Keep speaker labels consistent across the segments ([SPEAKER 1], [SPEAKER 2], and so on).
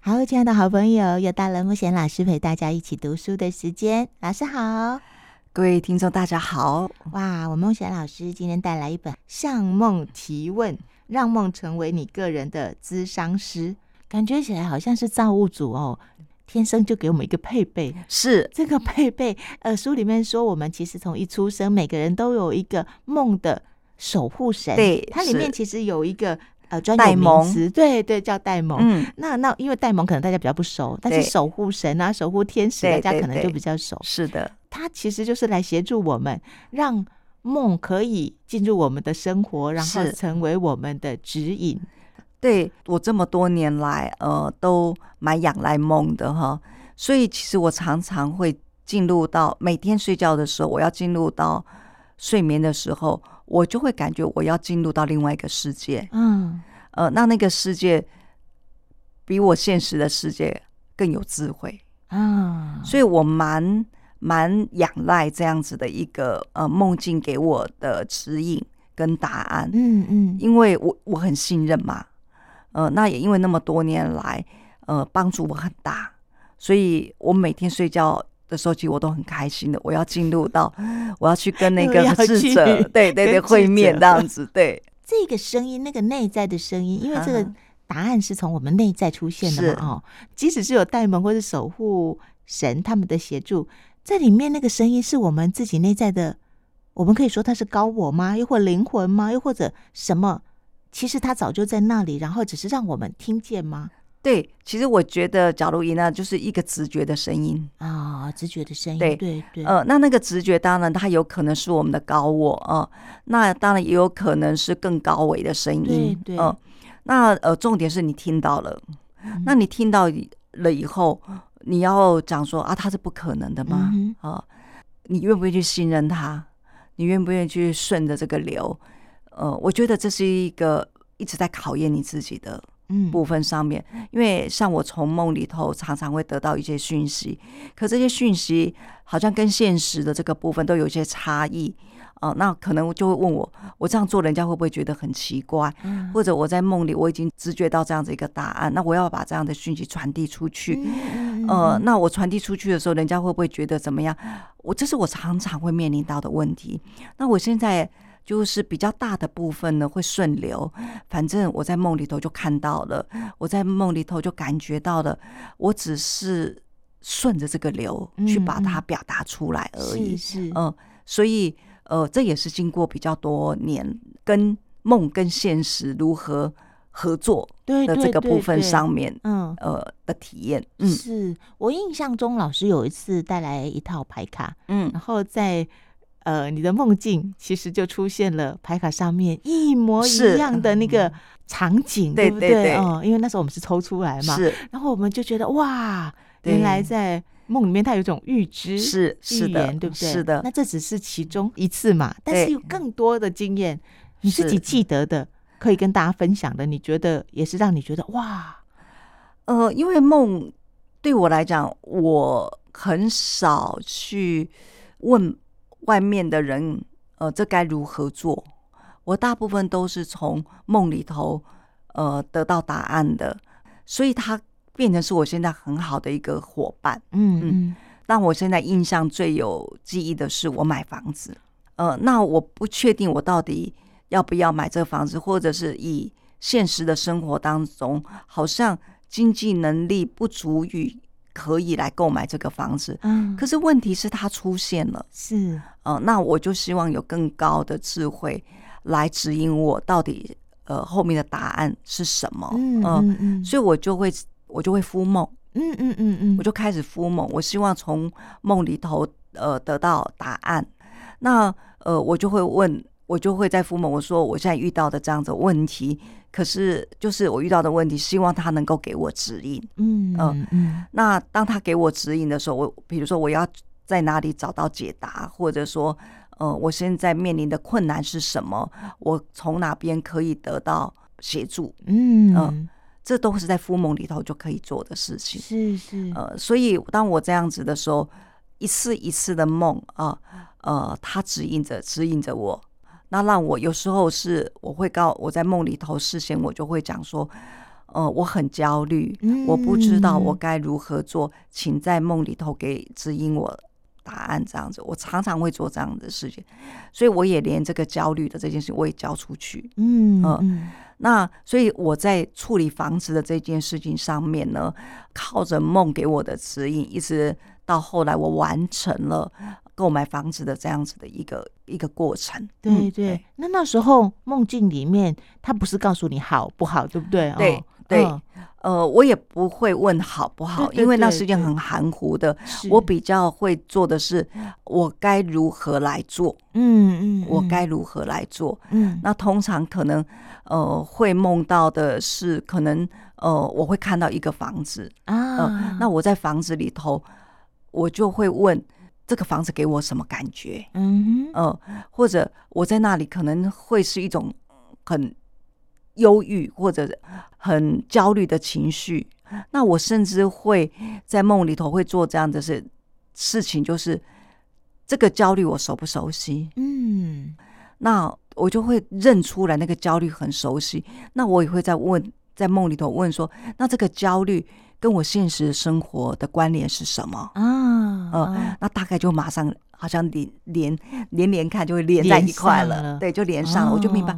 [SPEAKER 1] 好，亲爱的好朋友，又到了木贤老师陪大家一起读书的时间。老师
[SPEAKER 2] 哦
[SPEAKER 1] 好，
[SPEAKER 2] 各位听众大家好，
[SPEAKER 1] 哇，我梦贤老师今天带来一本《向梦提问》，让梦成为你个人的咨商师，感觉起来好像是造物主哦，天生就给我们一个配备。
[SPEAKER 2] 是
[SPEAKER 1] 这个配备，呃，书里面说，我们其实从一出生，每个人都有一个梦的守护神。
[SPEAKER 2] 对
[SPEAKER 1] 它里
[SPEAKER 2] 是
[SPEAKER 1] 面其实有一个呃专
[SPEAKER 2] 戴
[SPEAKER 1] 有名
[SPEAKER 2] 蒙
[SPEAKER 1] 词，对对，叫戴蒙。
[SPEAKER 2] 嗯
[SPEAKER 1] 那那因为戴蒙可能大家比较不熟，但是
[SPEAKER 2] 对
[SPEAKER 1] 守护神啊、守护天使，大
[SPEAKER 2] 对
[SPEAKER 1] 家
[SPEAKER 2] 对
[SPEAKER 1] 可能
[SPEAKER 2] 对
[SPEAKER 1] 就比较熟。
[SPEAKER 2] 是的，
[SPEAKER 1] 它其实就是来协助我们，让梦可以进入我们的生活，然后
[SPEAKER 2] 是
[SPEAKER 1] 成为我们的指引。
[SPEAKER 2] 对我这么多年来呃都蛮仰赖梦的哈，所以其实我常常会进入到每天睡觉的时候，我要进入到睡眠的时候，我就会感觉我要进入到另外一个世界，
[SPEAKER 1] 嗯，
[SPEAKER 2] 呃，那那个世界比我现实的世界更有智慧，
[SPEAKER 1] 啊，
[SPEAKER 2] 所以我蛮蛮仰赖这样子的一个呃梦境给我的指引跟答案，
[SPEAKER 1] 嗯嗯，
[SPEAKER 2] 因为我我很信任嘛，呃，那也因为那么多年来，呃，帮助我很大，所以我每天睡觉。的时候，其实我都很开心的。我要进 入到，我要去跟那
[SPEAKER 1] 又
[SPEAKER 2] 个
[SPEAKER 1] 要
[SPEAKER 2] 智
[SPEAKER 1] 去
[SPEAKER 2] 者，对对
[SPEAKER 1] 跟
[SPEAKER 2] 对，
[SPEAKER 1] 智
[SPEAKER 2] 会面
[SPEAKER 1] 者
[SPEAKER 2] 这样子，对，
[SPEAKER 1] 这个声音，那个内在的声音，因为这个
[SPEAKER 2] 啊
[SPEAKER 1] 答案是从我们内在出现的
[SPEAKER 2] 是
[SPEAKER 1] 嘛，哦，即使是有戴蒙或是守护神他们的协助，这里面那个声音是我们自己内在的，我们可以说它是高我吗？又或灵魂吗？又或者什么？其实它早就在那里，然后只是让我们听见吗？
[SPEAKER 2] 对。其实我觉得，假如一呢，就是一个直觉的声音，
[SPEAKER 1] 啊、直觉的声音，
[SPEAKER 2] 对
[SPEAKER 1] 对对，
[SPEAKER 2] 呃，那那个直觉当然它有可能是我们的高我啊、呃那当然也有可能是更高维的声音，
[SPEAKER 1] 对对
[SPEAKER 2] 呃那呃重点是你听到了，
[SPEAKER 1] 嗯
[SPEAKER 2] 那你听到了以后，你要讲说啊，它是不可能的吗？
[SPEAKER 1] 嗯
[SPEAKER 2] 啊、你愿不愿意去信任它？你愿不愿意去顺着这个流？呃，我觉得这是一个一直在考验你自己的
[SPEAKER 1] 嗯，
[SPEAKER 2] 部分上面，因为像我从梦里头常常会得到一些讯息，可这些讯息好像跟现实的这个部分都有一些差异。哦、那可能就会问我，我这样做人家会不会觉得很奇怪？
[SPEAKER 1] 嗯
[SPEAKER 2] 或者我在梦里我已经直觉到这样子一个答案，那我要把这样的讯息传递出去。
[SPEAKER 1] 嗯嗯
[SPEAKER 2] 呃，
[SPEAKER 1] 嗯
[SPEAKER 2] 那我传递出去的时候，人家会不会觉得怎么样？我这是我常常会面临到的问题。那我现在就是比较大的部分呢，会顺流。反正我在梦里头就看到了，我在梦里头就感觉到了，我只是顺着这个流去
[SPEAKER 1] 嗯
[SPEAKER 2] 把它表达出来而已。
[SPEAKER 1] 是是，
[SPEAKER 2] 嗯、所以呃，这也是经过比较多年跟梦跟现实如何合作
[SPEAKER 1] 对
[SPEAKER 2] 的
[SPEAKER 1] 对
[SPEAKER 2] 这个
[SPEAKER 1] 对
[SPEAKER 2] 部分
[SPEAKER 1] 对
[SPEAKER 2] 上面，
[SPEAKER 1] 嗯，
[SPEAKER 2] 呃的体验。嗯
[SPEAKER 1] 是我印象中，老师有一次带来一套牌卡，
[SPEAKER 2] 嗯，
[SPEAKER 1] 然后在呃你的梦境，其实就出现了牌卡上面一模一
[SPEAKER 2] 是嗯
[SPEAKER 1] 样的那个场景，
[SPEAKER 2] 对
[SPEAKER 1] 不
[SPEAKER 2] 对
[SPEAKER 1] 对？
[SPEAKER 2] 对
[SPEAKER 1] 哦，因为那时候我们是抽出来嘛，
[SPEAKER 2] 是
[SPEAKER 1] 然后我们就觉得哇，原来
[SPEAKER 2] 对
[SPEAKER 1] 在梦里面它有一种预知。
[SPEAKER 2] 是
[SPEAKER 1] 预
[SPEAKER 2] 是的
[SPEAKER 1] 言，对不对？
[SPEAKER 2] 是的
[SPEAKER 1] 那，这只是其中一次嘛，但是
[SPEAKER 2] 对
[SPEAKER 1] 有更多的经验，你自
[SPEAKER 2] 是
[SPEAKER 1] 己记得的，可以跟大家分享的，你觉得也是让你觉得哇，
[SPEAKER 2] 呃，因为梦对我来讲，我很少去问外面的人，呃，这该如何做。我大部分都是从梦里头，呃，得到答案的，所以它变成是我现在很好的一个伙伴。
[SPEAKER 1] 嗯
[SPEAKER 2] 嗯让我现在印象最有记忆的是我买房子。呃，那我不确定我到底要不要买这个房子，或者是以现实的生活当中，好像经济能力不足以可以来购买这个房子。
[SPEAKER 1] 嗯，
[SPEAKER 2] 可是问题是它出现了，
[SPEAKER 1] 是
[SPEAKER 2] 呃，那我就希望有更高的智慧来指引我到底呃后面的答案是什么。
[SPEAKER 1] 嗯
[SPEAKER 2] 呃
[SPEAKER 1] 嗯嗯
[SPEAKER 2] 所以我就会我就会敷梦。
[SPEAKER 1] 嗯嗯嗯嗯，
[SPEAKER 2] 我就开始敷梦，我希望从梦里头呃得到答案。那呃，我就会问，我就会在敷梦，我说我现在遇到的这样子的问题，可是就是我遇到的问题，希望他能够给我指引。
[SPEAKER 1] 嗯嗯嗯
[SPEAKER 2] 那当他给我指引的时候，我比如说我要在哪里找到解答，或者说，呃，我现在面临的困难是什么，我从哪边可以得到协助，
[SPEAKER 1] 嗯
[SPEAKER 2] 嗯这都是在敷梦里头就可以做的事情。
[SPEAKER 1] 是是
[SPEAKER 2] 呃，所以当我这样子的时候，一次一次的梦啊，呃，它指引着指引着我，那让我有时候是我会告我在梦里头事先我就会讲说，呃，我很焦虑，
[SPEAKER 1] 嗯
[SPEAKER 2] 我不知道我该如何做，请在梦里头给指引我答案。这样子，我常常会做这样的事情，所以我也连这个焦虑的这件事我也交出去。
[SPEAKER 1] 嗯
[SPEAKER 2] 呃
[SPEAKER 1] 嗯
[SPEAKER 2] 那所以我在处理房子的这件事情上面呢，靠着梦给我的指引，一直到后来我完成了购买房子的这样子的一个一个过程。
[SPEAKER 1] 对
[SPEAKER 2] 嗯
[SPEAKER 1] 对，那那时候梦境里面，他不是告诉你好不好，对不对？哦
[SPEAKER 2] 对对
[SPEAKER 1] 嗯
[SPEAKER 2] 呃，我也不会问好不好，
[SPEAKER 1] 对对
[SPEAKER 2] 因为那
[SPEAKER 1] 对
[SPEAKER 2] 是一件
[SPEAKER 1] 对
[SPEAKER 2] 很含糊的。
[SPEAKER 1] 是
[SPEAKER 2] 我比较会做的是，我该如何来做，
[SPEAKER 1] 嗯嗯，
[SPEAKER 2] 我
[SPEAKER 1] 嗯
[SPEAKER 2] 该如何来做。
[SPEAKER 1] 嗯
[SPEAKER 2] 那通常可能，呃，会梦到的是，可能呃，我会看到一个房子，
[SPEAKER 1] 啊，
[SPEAKER 2] 嗯那我在房子里头，我就会问这个房子给我什么感觉，
[SPEAKER 1] 嗯哼
[SPEAKER 2] 呃，或者我在那里可能会是一种很忧郁或者很焦虑的情绪。那我甚至会在梦里头会做这样的事事情，就是这个焦虑我熟不熟悉？
[SPEAKER 1] 嗯
[SPEAKER 2] 那我就会认出来那个焦虑很熟悉。那我也会在问，在梦里头问说，那这个焦虑跟我现实生活的关联是什么？
[SPEAKER 1] 啊，
[SPEAKER 2] 呃
[SPEAKER 1] 啊
[SPEAKER 2] 那大概就马上好像连连连连看就会连在
[SPEAKER 1] 连
[SPEAKER 2] 一块
[SPEAKER 1] 上
[SPEAKER 2] 了，
[SPEAKER 1] 了
[SPEAKER 2] 对，就连上了，我就明白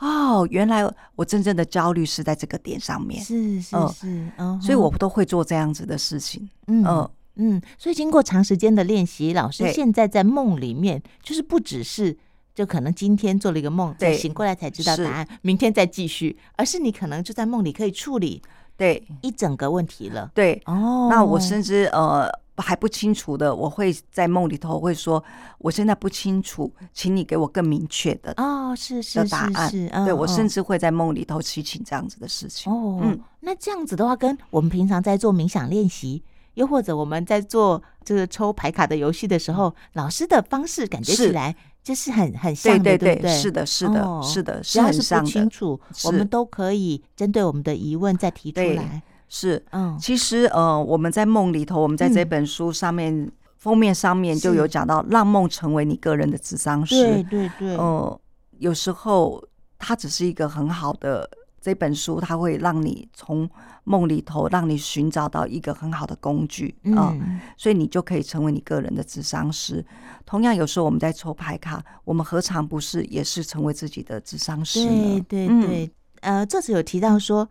[SPEAKER 1] 哦
[SPEAKER 2] 哦，原来我真正的焦虑是在这个点上面，
[SPEAKER 1] 是是
[SPEAKER 2] 呃
[SPEAKER 1] 是，嗯
[SPEAKER 2] 所以
[SPEAKER 1] 哼
[SPEAKER 2] 我都会做这样子的事情，
[SPEAKER 1] 嗯
[SPEAKER 2] 嗯、
[SPEAKER 1] 嗯，所以经过长时间的练习，老师
[SPEAKER 2] 对
[SPEAKER 1] 现在在梦里面，就是不只是就可能今天做了一个梦，再
[SPEAKER 2] 对
[SPEAKER 1] 醒过来才知道
[SPEAKER 2] 是
[SPEAKER 1] 答案，明天再继续，而是你可能就在梦里可以处理
[SPEAKER 2] 对
[SPEAKER 1] 一整个问题了。
[SPEAKER 2] 对，
[SPEAKER 1] 哦，
[SPEAKER 2] 那我甚至呃还不清楚的，我会在梦里头会说，我现在不清楚，请你给我更明确的。
[SPEAKER 1] 哦，是是
[SPEAKER 2] 的
[SPEAKER 1] 是
[SPEAKER 2] 答案
[SPEAKER 1] 是，
[SPEAKER 2] 对我甚
[SPEAKER 1] 至
[SPEAKER 2] 至会在梦里头祈请这样子的事
[SPEAKER 1] 嗯
[SPEAKER 2] 情。
[SPEAKER 1] 哦，
[SPEAKER 2] 嗯
[SPEAKER 1] 那这样子的话，跟我们平常在做冥想练习。又或者我们在做这个抽牌卡的游戏的时候，老师的方式感觉起
[SPEAKER 2] 嗯是
[SPEAKER 1] 来就是很很像
[SPEAKER 2] 对
[SPEAKER 1] 的，
[SPEAKER 2] 对
[SPEAKER 1] 不对？
[SPEAKER 2] 是的，是的，
[SPEAKER 1] 哦
[SPEAKER 2] 是的，
[SPEAKER 1] 只
[SPEAKER 2] 是
[SPEAKER 1] 要
[SPEAKER 2] 很
[SPEAKER 1] 是
[SPEAKER 2] 像
[SPEAKER 1] 不清
[SPEAKER 2] 的，
[SPEAKER 1] 楚，
[SPEAKER 2] 是
[SPEAKER 1] 我们都可以针对我们的疑问再提出
[SPEAKER 2] 对
[SPEAKER 1] 来。
[SPEAKER 2] 是。
[SPEAKER 1] 嗯，
[SPEAKER 2] 其实呃，我们在梦里头，我们在这
[SPEAKER 1] 嗯
[SPEAKER 2] 本书上面、封面上面就是有讲到，让梦成为你个人的智商
[SPEAKER 1] 对
[SPEAKER 2] 师。
[SPEAKER 1] 对对，
[SPEAKER 2] 呃，有时候它只是一个很好的这本书，它会让你从梦里头让你寻找到一个很好的工具啊、呃
[SPEAKER 1] 嗯
[SPEAKER 2] 所以你就可以成为你个人的智商师。同样，有时候我们在抽牌卡，我们何尝不是也是成为自己的智商师
[SPEAKER 1] 对
[SPEAKER 2] 呢？
[SPEAKER 1] 对
[SPEAKER 2] 嗯
[SPEAKER 1] 对，呃，作者有提到说，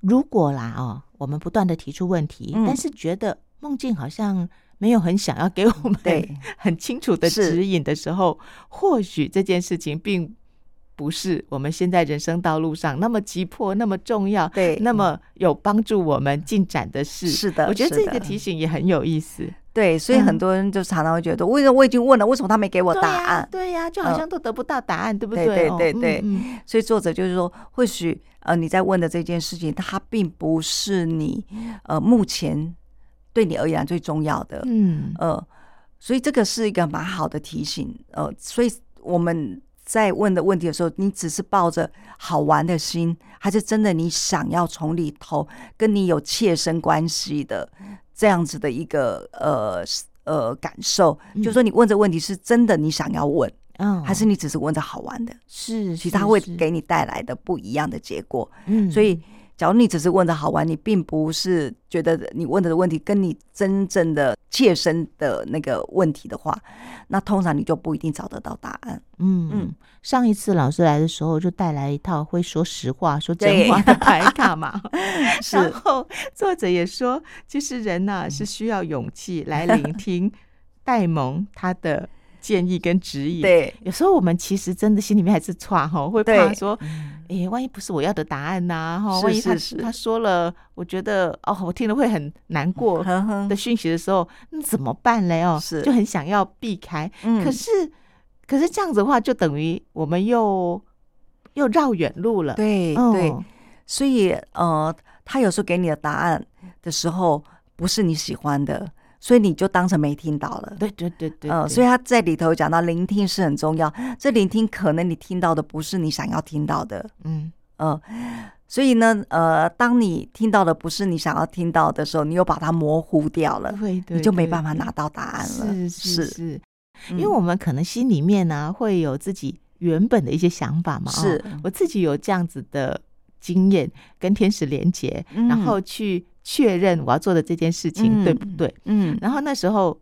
[SPEAKER 1] 如果啦哦，我们不断的提出问题，
[SPEAKER 2] 嗯
[SPEAKER 1] 但是觉得梦境好像没有很想要给我们
[SPEAKER 2] 对
[SPEAKER 1] 很清楚的
[SPEAKER 2] 是
[SPEAKER 1] 指引的时候，或许这件事情并不是我们现在人生道路上那么急迫、那么重要、
[SPEAKER 2] 对
[SPEAKER 1] 那么有帮助我们进展的事。
[SPEAKER 2] 是的
[SPEAKER 1] 我觉得
[SPEAKER 2] 是
[SPEAKER 1] 这个
[SPEAKER 2] 的
[SPEAKER 1] 提醒也很有意思。
[SPEAKER 2] 对，所以
[SPEAKER 1] 嗯
[SPEAKER 2] 很多人就常常会觉得，为什么我已经问了，为什么他没给我
[SPEAKER 1] 对啊
[SPEAKER 2] 答
[SPEAKER 1] 呀
[SPEAKER 2] 案？
[SPEAKER 1] 对呀、就好
[SPEAKER 2] 嗯
[SPEAKER 1] 像都得不到答案，对不
[SPEAKER 2] 对
[SPEAKER 1] 对
[SPEAKER 2] 对
[SPEAKER 1] 哦
[SPEAKER 2] 对
[SPEAKER 1] 嗯
[SPEAKER 2] 对
[SPEAKER 1] 嗯
[SPEAKER 2] 所以作者就是说，或许呃你在问的这件事情，它并不是你呃目前对你而言最重要的，
[SPEAKER 1] 嗯
[SPEAKER 2] 呃，所以这个是一个蛮好的提醒，呃，所以我们在问的问题的时候，你只是抱着好玩的心，还是真的你想要从里头跟你有切身关系的这样子的一个呃呃感受，
[SPEAKER 1] 嗯
[SPEAKER 2] 就说你问这问题是真的你想要问，
[SPEAKER 1] 嗯，
[SPEAKER 2] 还是你只是问着好玩的？
[SPEAKER 1] 是，
[SPEAKER 2] 其实
[SPEAKER 1] 是
[SPEAKER 2] 它会
[SPEAKER 1] 是
[SPEAKER 2] 给你带来的不一样的结果。
[SPEAKER 1] 嗯，
[SPEAKER 2] 所以，假如你只是问的好玩，你并不是觉得你问的问题跟你真正的切身的那个问题的话，那通常你就不一定找得到答案。
[SPEAKER 1] 嗯
[SPEAKER 2] 嗯
[SPEAKER 1] 上一次老师来的时候就带来一套会说实话、说真
[SPEAKER 2] 对
[SPEAKER 1] 话的牌卡 嘛。然
[SPEAKER 2] 是
[SPEAKER 1] 后作者也说，其实人呐、是需要勇气来聆听戴蒙他的建议跟指引。。
[SPEAKER 2] 对，
[SPEAKER 1] 有时候我们其实真的心里面还是怵哈，会怕
[SPEAKER 2] 对嗯
[SPEAKER 1] 说，诶、万一不是我要的答案呐、哈，
[SPEAKER 2] 是
[SPEAKER 1] 万一他
[SPEAKER 2] 是是
[SPEAKER 1] 他说了，我觉得哦，我听了会很难过
[SPEAKER 2] 呵呵
[SPEAKER 1] 的，讯息的时候，那怎么办嘞？哦，
[SPEAKER 2] 是
[SPEAKER 1] 就很想要避开，
[SPEAKER 2] 嗯
[SPEAKER 1] 可是可是这样子的话，就等于我们又又绕远路了。
[SPEAKER 2] 对
[SPEAKER 1] 哦，
[SPEAKER 2] 对，所以呃，他有时候给你的答案的时候不是你喜欢的，所以你就当成没听到了。
[SPEAKER 1] 对对对对，
[SPEAKER 2] 呃，
[SPEAKER 1] 对
[SPEAKER 2] 所以他在里头讲到聆听是很重要，这聆听可能你听到的不是你想要听到的，
[SPEAKER 1] 嗯，
[SPEAKER 2] 呃，所以呢，呃，当你听到的不是你想要听到的时候，你又把它模糊掉了，
[SPEAKER 1] 对对，
[SPEAKER 2] 呃你就没
[SPEAKER 1] 对
[SPEAKER 2] 办法拿到答案了。
[SPEAKER 1] 是是是，因为
[SPEAKER 2] 嗯
[SPEAKER 1] 我们可能心里面呢、会有自己原本的一些想法嘛。哦
[SPEAKER 2] 是
[SPEAKER 1] 我自己有这样子的经验跟天使连接，
[SPEAKER 2] 嗯
[SPEAKER 1] 然后去确认我要做的这件事情、
[SPEAKER 2] 嗯
[SPEAKER 1] 对不对。
[SPEAKER 2] 嗯
[SPEAKER 1] 然后那时候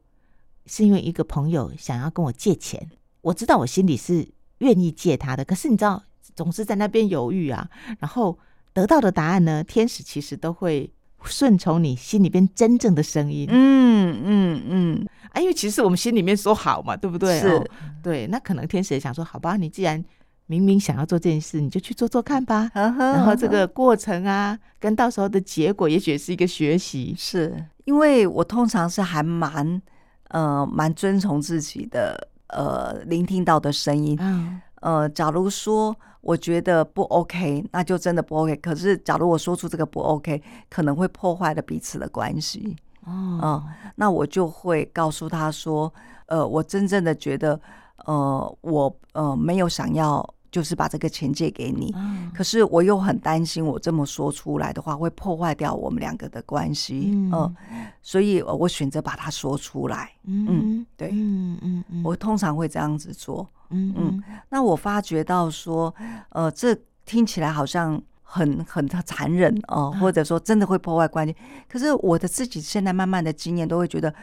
[SPEAKER 1] 是因为一个朋友想要跟我借钱，我知道我心里是愿意借他的，可是你知道，总是在那边犹豫啊。然后得到的答案呢，天使其实都会顺从你心里边真正的声音、
[SPEAKER 2] 嗯嗯嗯，
[SPEAKER 1] 啊，因为其实我们心里面说好嘛，对不对？
[SPEAKER 2] 是
[SPEAKER 1] 哦对，那可能天使也想说，好吧，你既然明明想要做这件事，你就去做做看吧。
[SPEAKER 2] 呵呵
[SPEAKER 1] 然后这
[SPEAKER 2] 呵
[SPEAKER 1] 个过程啊，跟到时候的结果，也许也是一个学习。
[SPEAKER 2] 是因为我通常是还蛮呃蛮遵从自己的呃聆听到的声音，
[SPEAKER 1] 啊，
[SPEAKER 2] 呃，假如说我觉得不 OK，那就真的不 OK。可是假如我说出这个不 OK，可能会破坏了彼此的关系。
[SPEAKER 1] 哦，
[SPEAKER 2] 嗯，那我就会告诉他说，呃，我真正的觉得，呃，我呃没有想要就是把这个钱借给你，
[SPEAKER 1] 啊
[SPEAKER 2] 可是我又很担心，我这么说出来的话会破坏掉我们两个的关系，
[SPEAKER 1] 嗯
[SPEAKER 2] 嗯、所以呃我选择把它说出来。
[SPEAKER 1] 嗯，
[SPEAKER 2] 对
[SPEAKER 1] 嗯嗯嗯，
[SPEAKER 2] 我通常会这样子做。
[SPEAKER 1] 嗯嗯
[SPEAKER 2] 那我发觉到说，呃，这听起来好像很很残忍哦、
[SPEAKER 1] 嗯
[SPEAKER 2] 或者说真的会破坏关系。可是我的自己现在慢慢的经验都会觉得，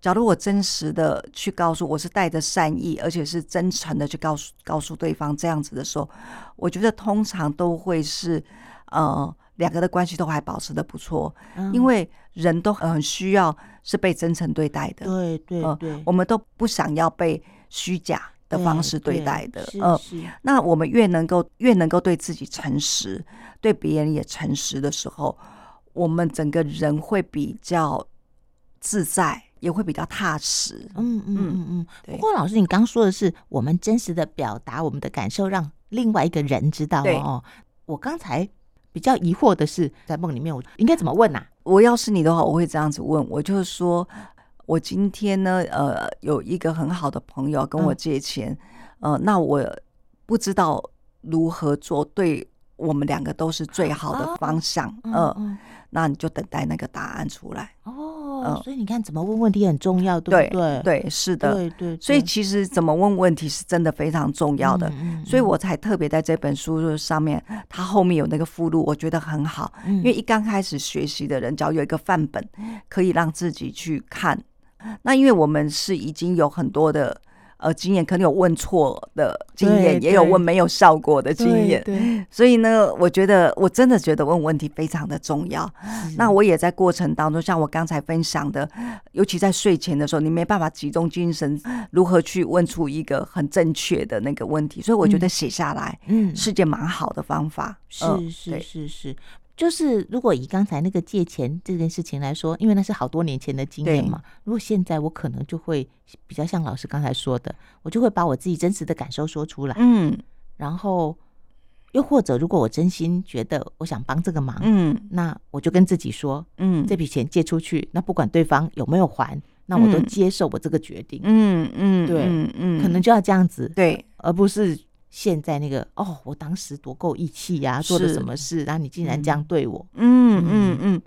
[SPEAKER 2] 假如我真实的去告诉，我是带着善意，而且是真诚的去告诉告诉对方这样子的时候，我觉得通常都会是呃。两个的关系都还保持的不错，
[SPEAKER 1] 嗯，
[SPEAKER 2] 因为人都很需要是被真诚对待的。
[SPEAKER 1] 对对
[SPEAKER 2] 呃
[SPEAKER 1] 对，嗯
[SPEAKER 2] 我们都不想要被虚假的方式对待的。
[SPEAKER 1] 是
[SPEAKER 2] 呃，
[SPEAKER 1] 是，嗯
[SPEAKER 2] 那我们越能够越能够对自己诚实，对别人也诚实的时候，我们整个人会比较自在，也会比较踏实。
[SPEAKER 1] 嗯嗯嗯嗯。不
[SPEAKER 2] 对
[SPEAKER 1] 过老师，你刚说的是我们真实的表达我们的感受，让另外一个人知道
[SPEAKER 2] 对
[SPEAKER 1] 哦。我刚才比较疑惑的是，在梦里面我应该怎么问呐？
[SPEAKER 2] 我要是你的话，我会这样子问，我就是说，我今天呢，呃，有一个很好的朋友跟我
[SPEAKER 1] 嗯
[SPEAKER 2] 借钱，呃，那我不知道如何做，对我们两个都是最好
[SPEAKER 1] 哦
[SPEAKER 2] 的方向，
[SPEAKER 1] 嗯
[SPEAKER 2] 呃，
[SPEAKER 1] 嗯
[SPEAKER 2] 那你就等待那个答案出来。
[SPEAKER 1] 哦
[SPEAKER 2] 嗯，
[SPEAKER 1] 所以你看怎么问问题很重要，对不对？
[SPEAKER 2] 对，是的。
[SPEAKER 1] 呃对对，
[SPEAKER 2] 所以
[SPEAKER 1] 对
[SPEAKER 2] 其实怎么问问题是真的非常重要的。
[SPEAKER 1] 嗯嗯
[SPEAKER 2] 所以我才特别在这本书上面，它后面有那个附录，我觉得很好。
[SPEAKER 1] 嗯
[SPEAKER 2] 因为一刚开始学习的人，只要有一个范本，可以让自己去看。那因为我们是已经有很多的呃经验，可能有问错的经
[SPEAKER 1] 对
[SPEAKER 2] 验，也有
[SPEAKER 1] 对
[SPEAKER 2] 问没有效果的经验。
[SPEAKER 1] 对 对
[SPEAKER 2] 所以呢，我觉得我真的觉得问问题非常的重要。
[SPEAKER 1] 是
[SPEAKER 2] 那我也在过程当中，像我刚才分享的，尤其在睡前的时候，你没办法集中精神，如何去问出一个很正确的那个问题，所以我觉得写下来
[SPEAKER 1] 嗯
[SPEAKER 2] 是件蛮好的方法。
[SPEAKER 1] 是呃
[SPEAKER 2] 嗯
[SPEAKER 1] 是
[SPEAKER 2] 对
[SPEAKER 1] 是是，就是如果以刚才那个借钱这件事情来说，因为那是好多年前的经验
[SPEAKER 2] 对
[SPEAKER 1] 嘛。如果现在我可能就会比较像老师刚才说的，我就会把我自己真实的感受说出来，
[SPEAKER 2] 嗯
[SPEAKER 1] 然后又或者如果我真心觉得我想帮这个忙，
[SPEAKER 2] 嗯
[SPEAKER 1] 那我就跟自己说，
[SPEAKER 2] 嗯，
[SPEAKER 1] 这笔钱借出去，那不管对方有没有还，那我都
[SPEAKER 2] 嗯
[SPEAKER 1] 接受我这个决定，
[SPEAKER 2] 嗯嗯
[SPEAKER 1] 对
[SPEAKER 2] 嗯嗯，
[SPEAKER 1] 可能就要这样子，
[SPEAKER 2] 对
[SPEAKER 1] 而不是现在那个哦，我当时多够义气呀、做了什么事，然后你竟然这样对我，
[SPEAKER 2] 嗯嗯嗯，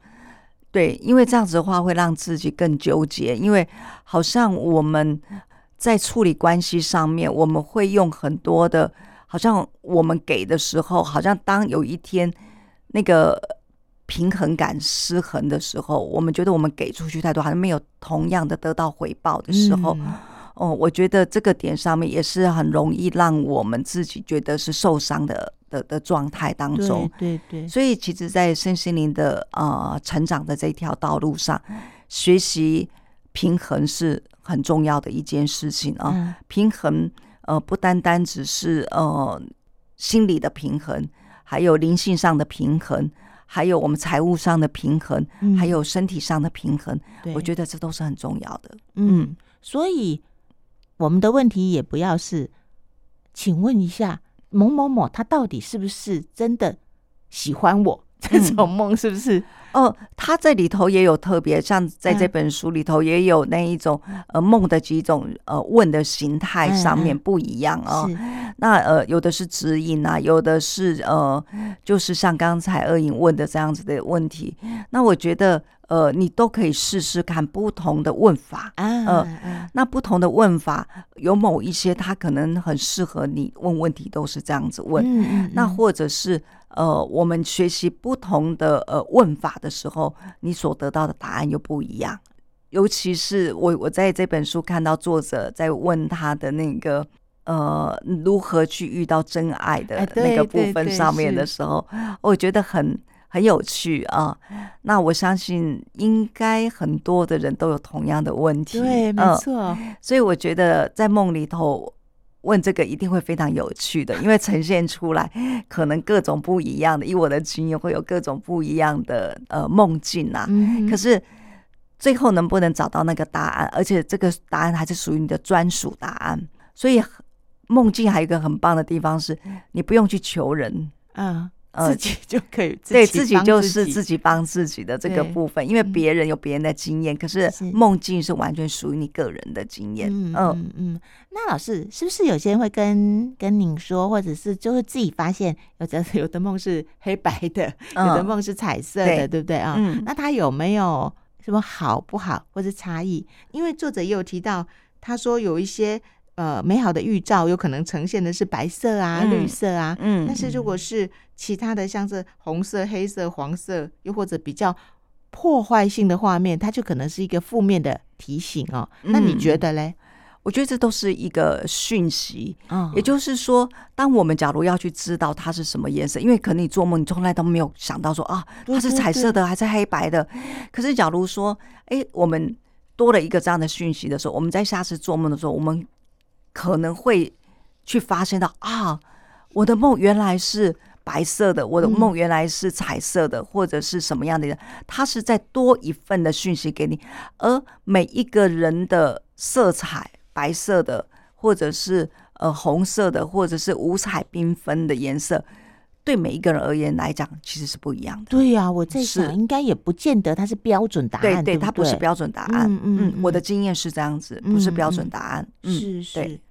[SPEAKER 2] 对，因为这样子的话会让自己更纠结，因为好像我们在处理关系上面，我们会用很多的，好像我们给的时候，好像当有一天那个平衡感失衡的时候，我们觉得我们给出去太多，好像没有同样的得到回报的时候，
[SPEAKER 1] 嗯
[SPEAKER 2] 哦，我觉得这个点上面也是很容易让我们自己觉得是受伤的的的状态当中。
[SPEAKER 1] 对对对，
[SPEAKER 2] 所以，其实，在身心灵的呃成长的这一条道路上，学习平衡是很重要的一件事情啊。
[SPEAKER 1] 嗯
[SPEAKER 2] 平衡呃，不单单只是呃心理的平衡，还有灵性上的平衡，还有我们财务上的平衡，
[SPEAKER 1] 嗯
[SPEAKER 2] 还有身体上的平衡。
[SPEAKER 1] 对，
[SPEAKER 2] 我觉得这都是很重要的。
[SPEAKER 1] 嗯，所以我们的问题也不要是，请问一下某某某他到底是不是真的喜欢我？
[SPEAKER 2] 嗯
[SPEAKER 1] 这种梦是不是？
[SPEAKER 2] 哦，他这里头也有特别，像在这
[SPEAKER 1] 嗯
[SPEAKER 2] 本书里头也有那一种呃梦的几种呃问的形态上面
[SPEAKER 1] 嗯嗯
[SPEAKER 2] 不一样哦。
[SPEAKER 1] 是
[SPEAKER 2] 那呃，有的是指引啊，有的是呃，就是像刚才二颖问的这样子的问题。那我觉得呃，你都可以试试看不同的问法。
[SPEAKER 1] 啊，啊
[SPEAKER 2] 那不同的问法，有某一些它可能很适合你问问题，都是这样子问。
[SPEAKER 1] 嗯嗯
[SPEAKER 2] 那
[SPEAKER 1] 嗯
[SPEAKER 2] 或者是呃，我们学习不同的呃问法的时候，你所得到的答案又不一样。尤其是我我在这本书看到作者在问他的那个呃如何去遇到真爱的
[SPEAKER 1] 哎
[SPEAKER 2] 那
[SPEAKER 1] 对
[SPEAKER 2] 个部
[SPEAKER 1] 对
[SPEAKER 2] 分
[SPEAKER 1] 对
[SPEAKER 2] 上面的
[SPEAKER 1] 是
[SPEAKER 2] 时候，我觉得很很有趣啊。那我相信应该很多的人都有同样的问题，
[SPEAKER 1] 对，没
[SPEAKER 2] 嗯
[SPEAKER 1] 错，
[SPEAKER 2] 所以我觉得在梦里头问这个一定会非常有趣 的，因为呈现出来可能各种不一样的，以我的经验会有各种不一样的呃梦境啊。
[SPEAKER 1] 嗯
[SPEAKER 2] 可
[SPEAKER 1] 哼，
[SPEAKER 2] 是最后能不能找到那个答案，而且这个答案还是属于你的专属答案，所以梦境还有一个很棒的地方是，你不用去求人。
[SPEAKER 1] 啊，
[SPEAKER 2] 呃
[SPEAKER 1] 自己就可以
[SPEAKER 2] 对
[SPEAKER 1] 自
[SPEAKER 2] 自己
[SPEAKER 1] 帮
[SPEAKER 2] 就是
[SPEAKER 1] 己
[SPEAKER 2] 自己帮自己的这个
[SPEAKER 1] 对
[SPEAKER 2] 部分，因为
[SPEAKER 1] 嗯
[SPEAKER 2] 别人有别人的经验，可是
[SPEAKER 1] 是
[SPEAKER 2] 梦境是完全属于你个人的经验。
[SPEAKER 1] 嗯
[SPEAKER 2] 嗯
[SPEAKER 1] 嗯嗯，那老师是不是有些人会跟跟您说，或者是就是自己发现有的 有的梦是黑白的，有的
[SPEAKER 2] 嗯
[SPEAKER 1] 梦是彩色
[SPEAKER 2] 对
[SPEAKER 1] 的，对不对啊？
[SPEAKER 2] 嗯
[SPEAKER 1] 那它有没有什么好不好或是差异？因为作者也有提到，他说有一些呃美好的预兆有可能呈现的是白色啊、绿
[SPEAKER 2] 嗯
[SPEAKER 1] 色啊，
[SPEAKER 2] 嗯，
[SPEAKER 1] 但是如果是其他的，像是红色、黑色、黄色，又或者比较破坏性的画面，它就可能是一个负面的提醒哦。那你觉
[SPEAKER 2] 嗯
[SPEAKER 1] 得嘞？
[SPEAKER 2] 我觉得这都是一个讯息。
[SPEAKER 1] 啊
[SPEAKER 2] 也就是说，当我们假如要去知道它是什么颜色，因为可能你做梦，你从来都没有想到说啊，
[SPEAKER 1] 对
[SPEAKER 2] 它是
[SPEAKER 1] 对
[SPEAKER 2] 彩色
[SPEAKER 1] 对
[SPEAKER 2] 的还是黑白的。可是假如说，哎，我们多了一个这样的讯息的时候，我们在下次做梦的时候，我们可能会去发现到啊，我的梦原来是。白色的，我的
[SPEAKER 1] 嗯
[SPEAKER 2] 梦原来是彩色的，或者是什么样的人？它是再多一份的讯息给你，而每一个人的色彩，白色的，或者是呃红色的，或者是五彩缤纷的颜色，对每一个人而言来讲，其实是不一样的。
[SPEAKER 1] 对呀、我在
[SPEAKER 2] 是
[SPEAKER 1] 想，应该也不见得它是标准答
[SPEAKER 2] 对
[SPEAKER 1] 案，
[SPEAKER 2] 对，
[SPEAKER 1] 不
[SPEAKER 2] 它不是标准答案。
[SPEAKER 1] 嗯嗯嗯嗯
[SPEAKER 2] 我的经验是这样子，不是标准答案。嗯，
[SPEAKER 1] 是是
[SPEAKER 2] 对。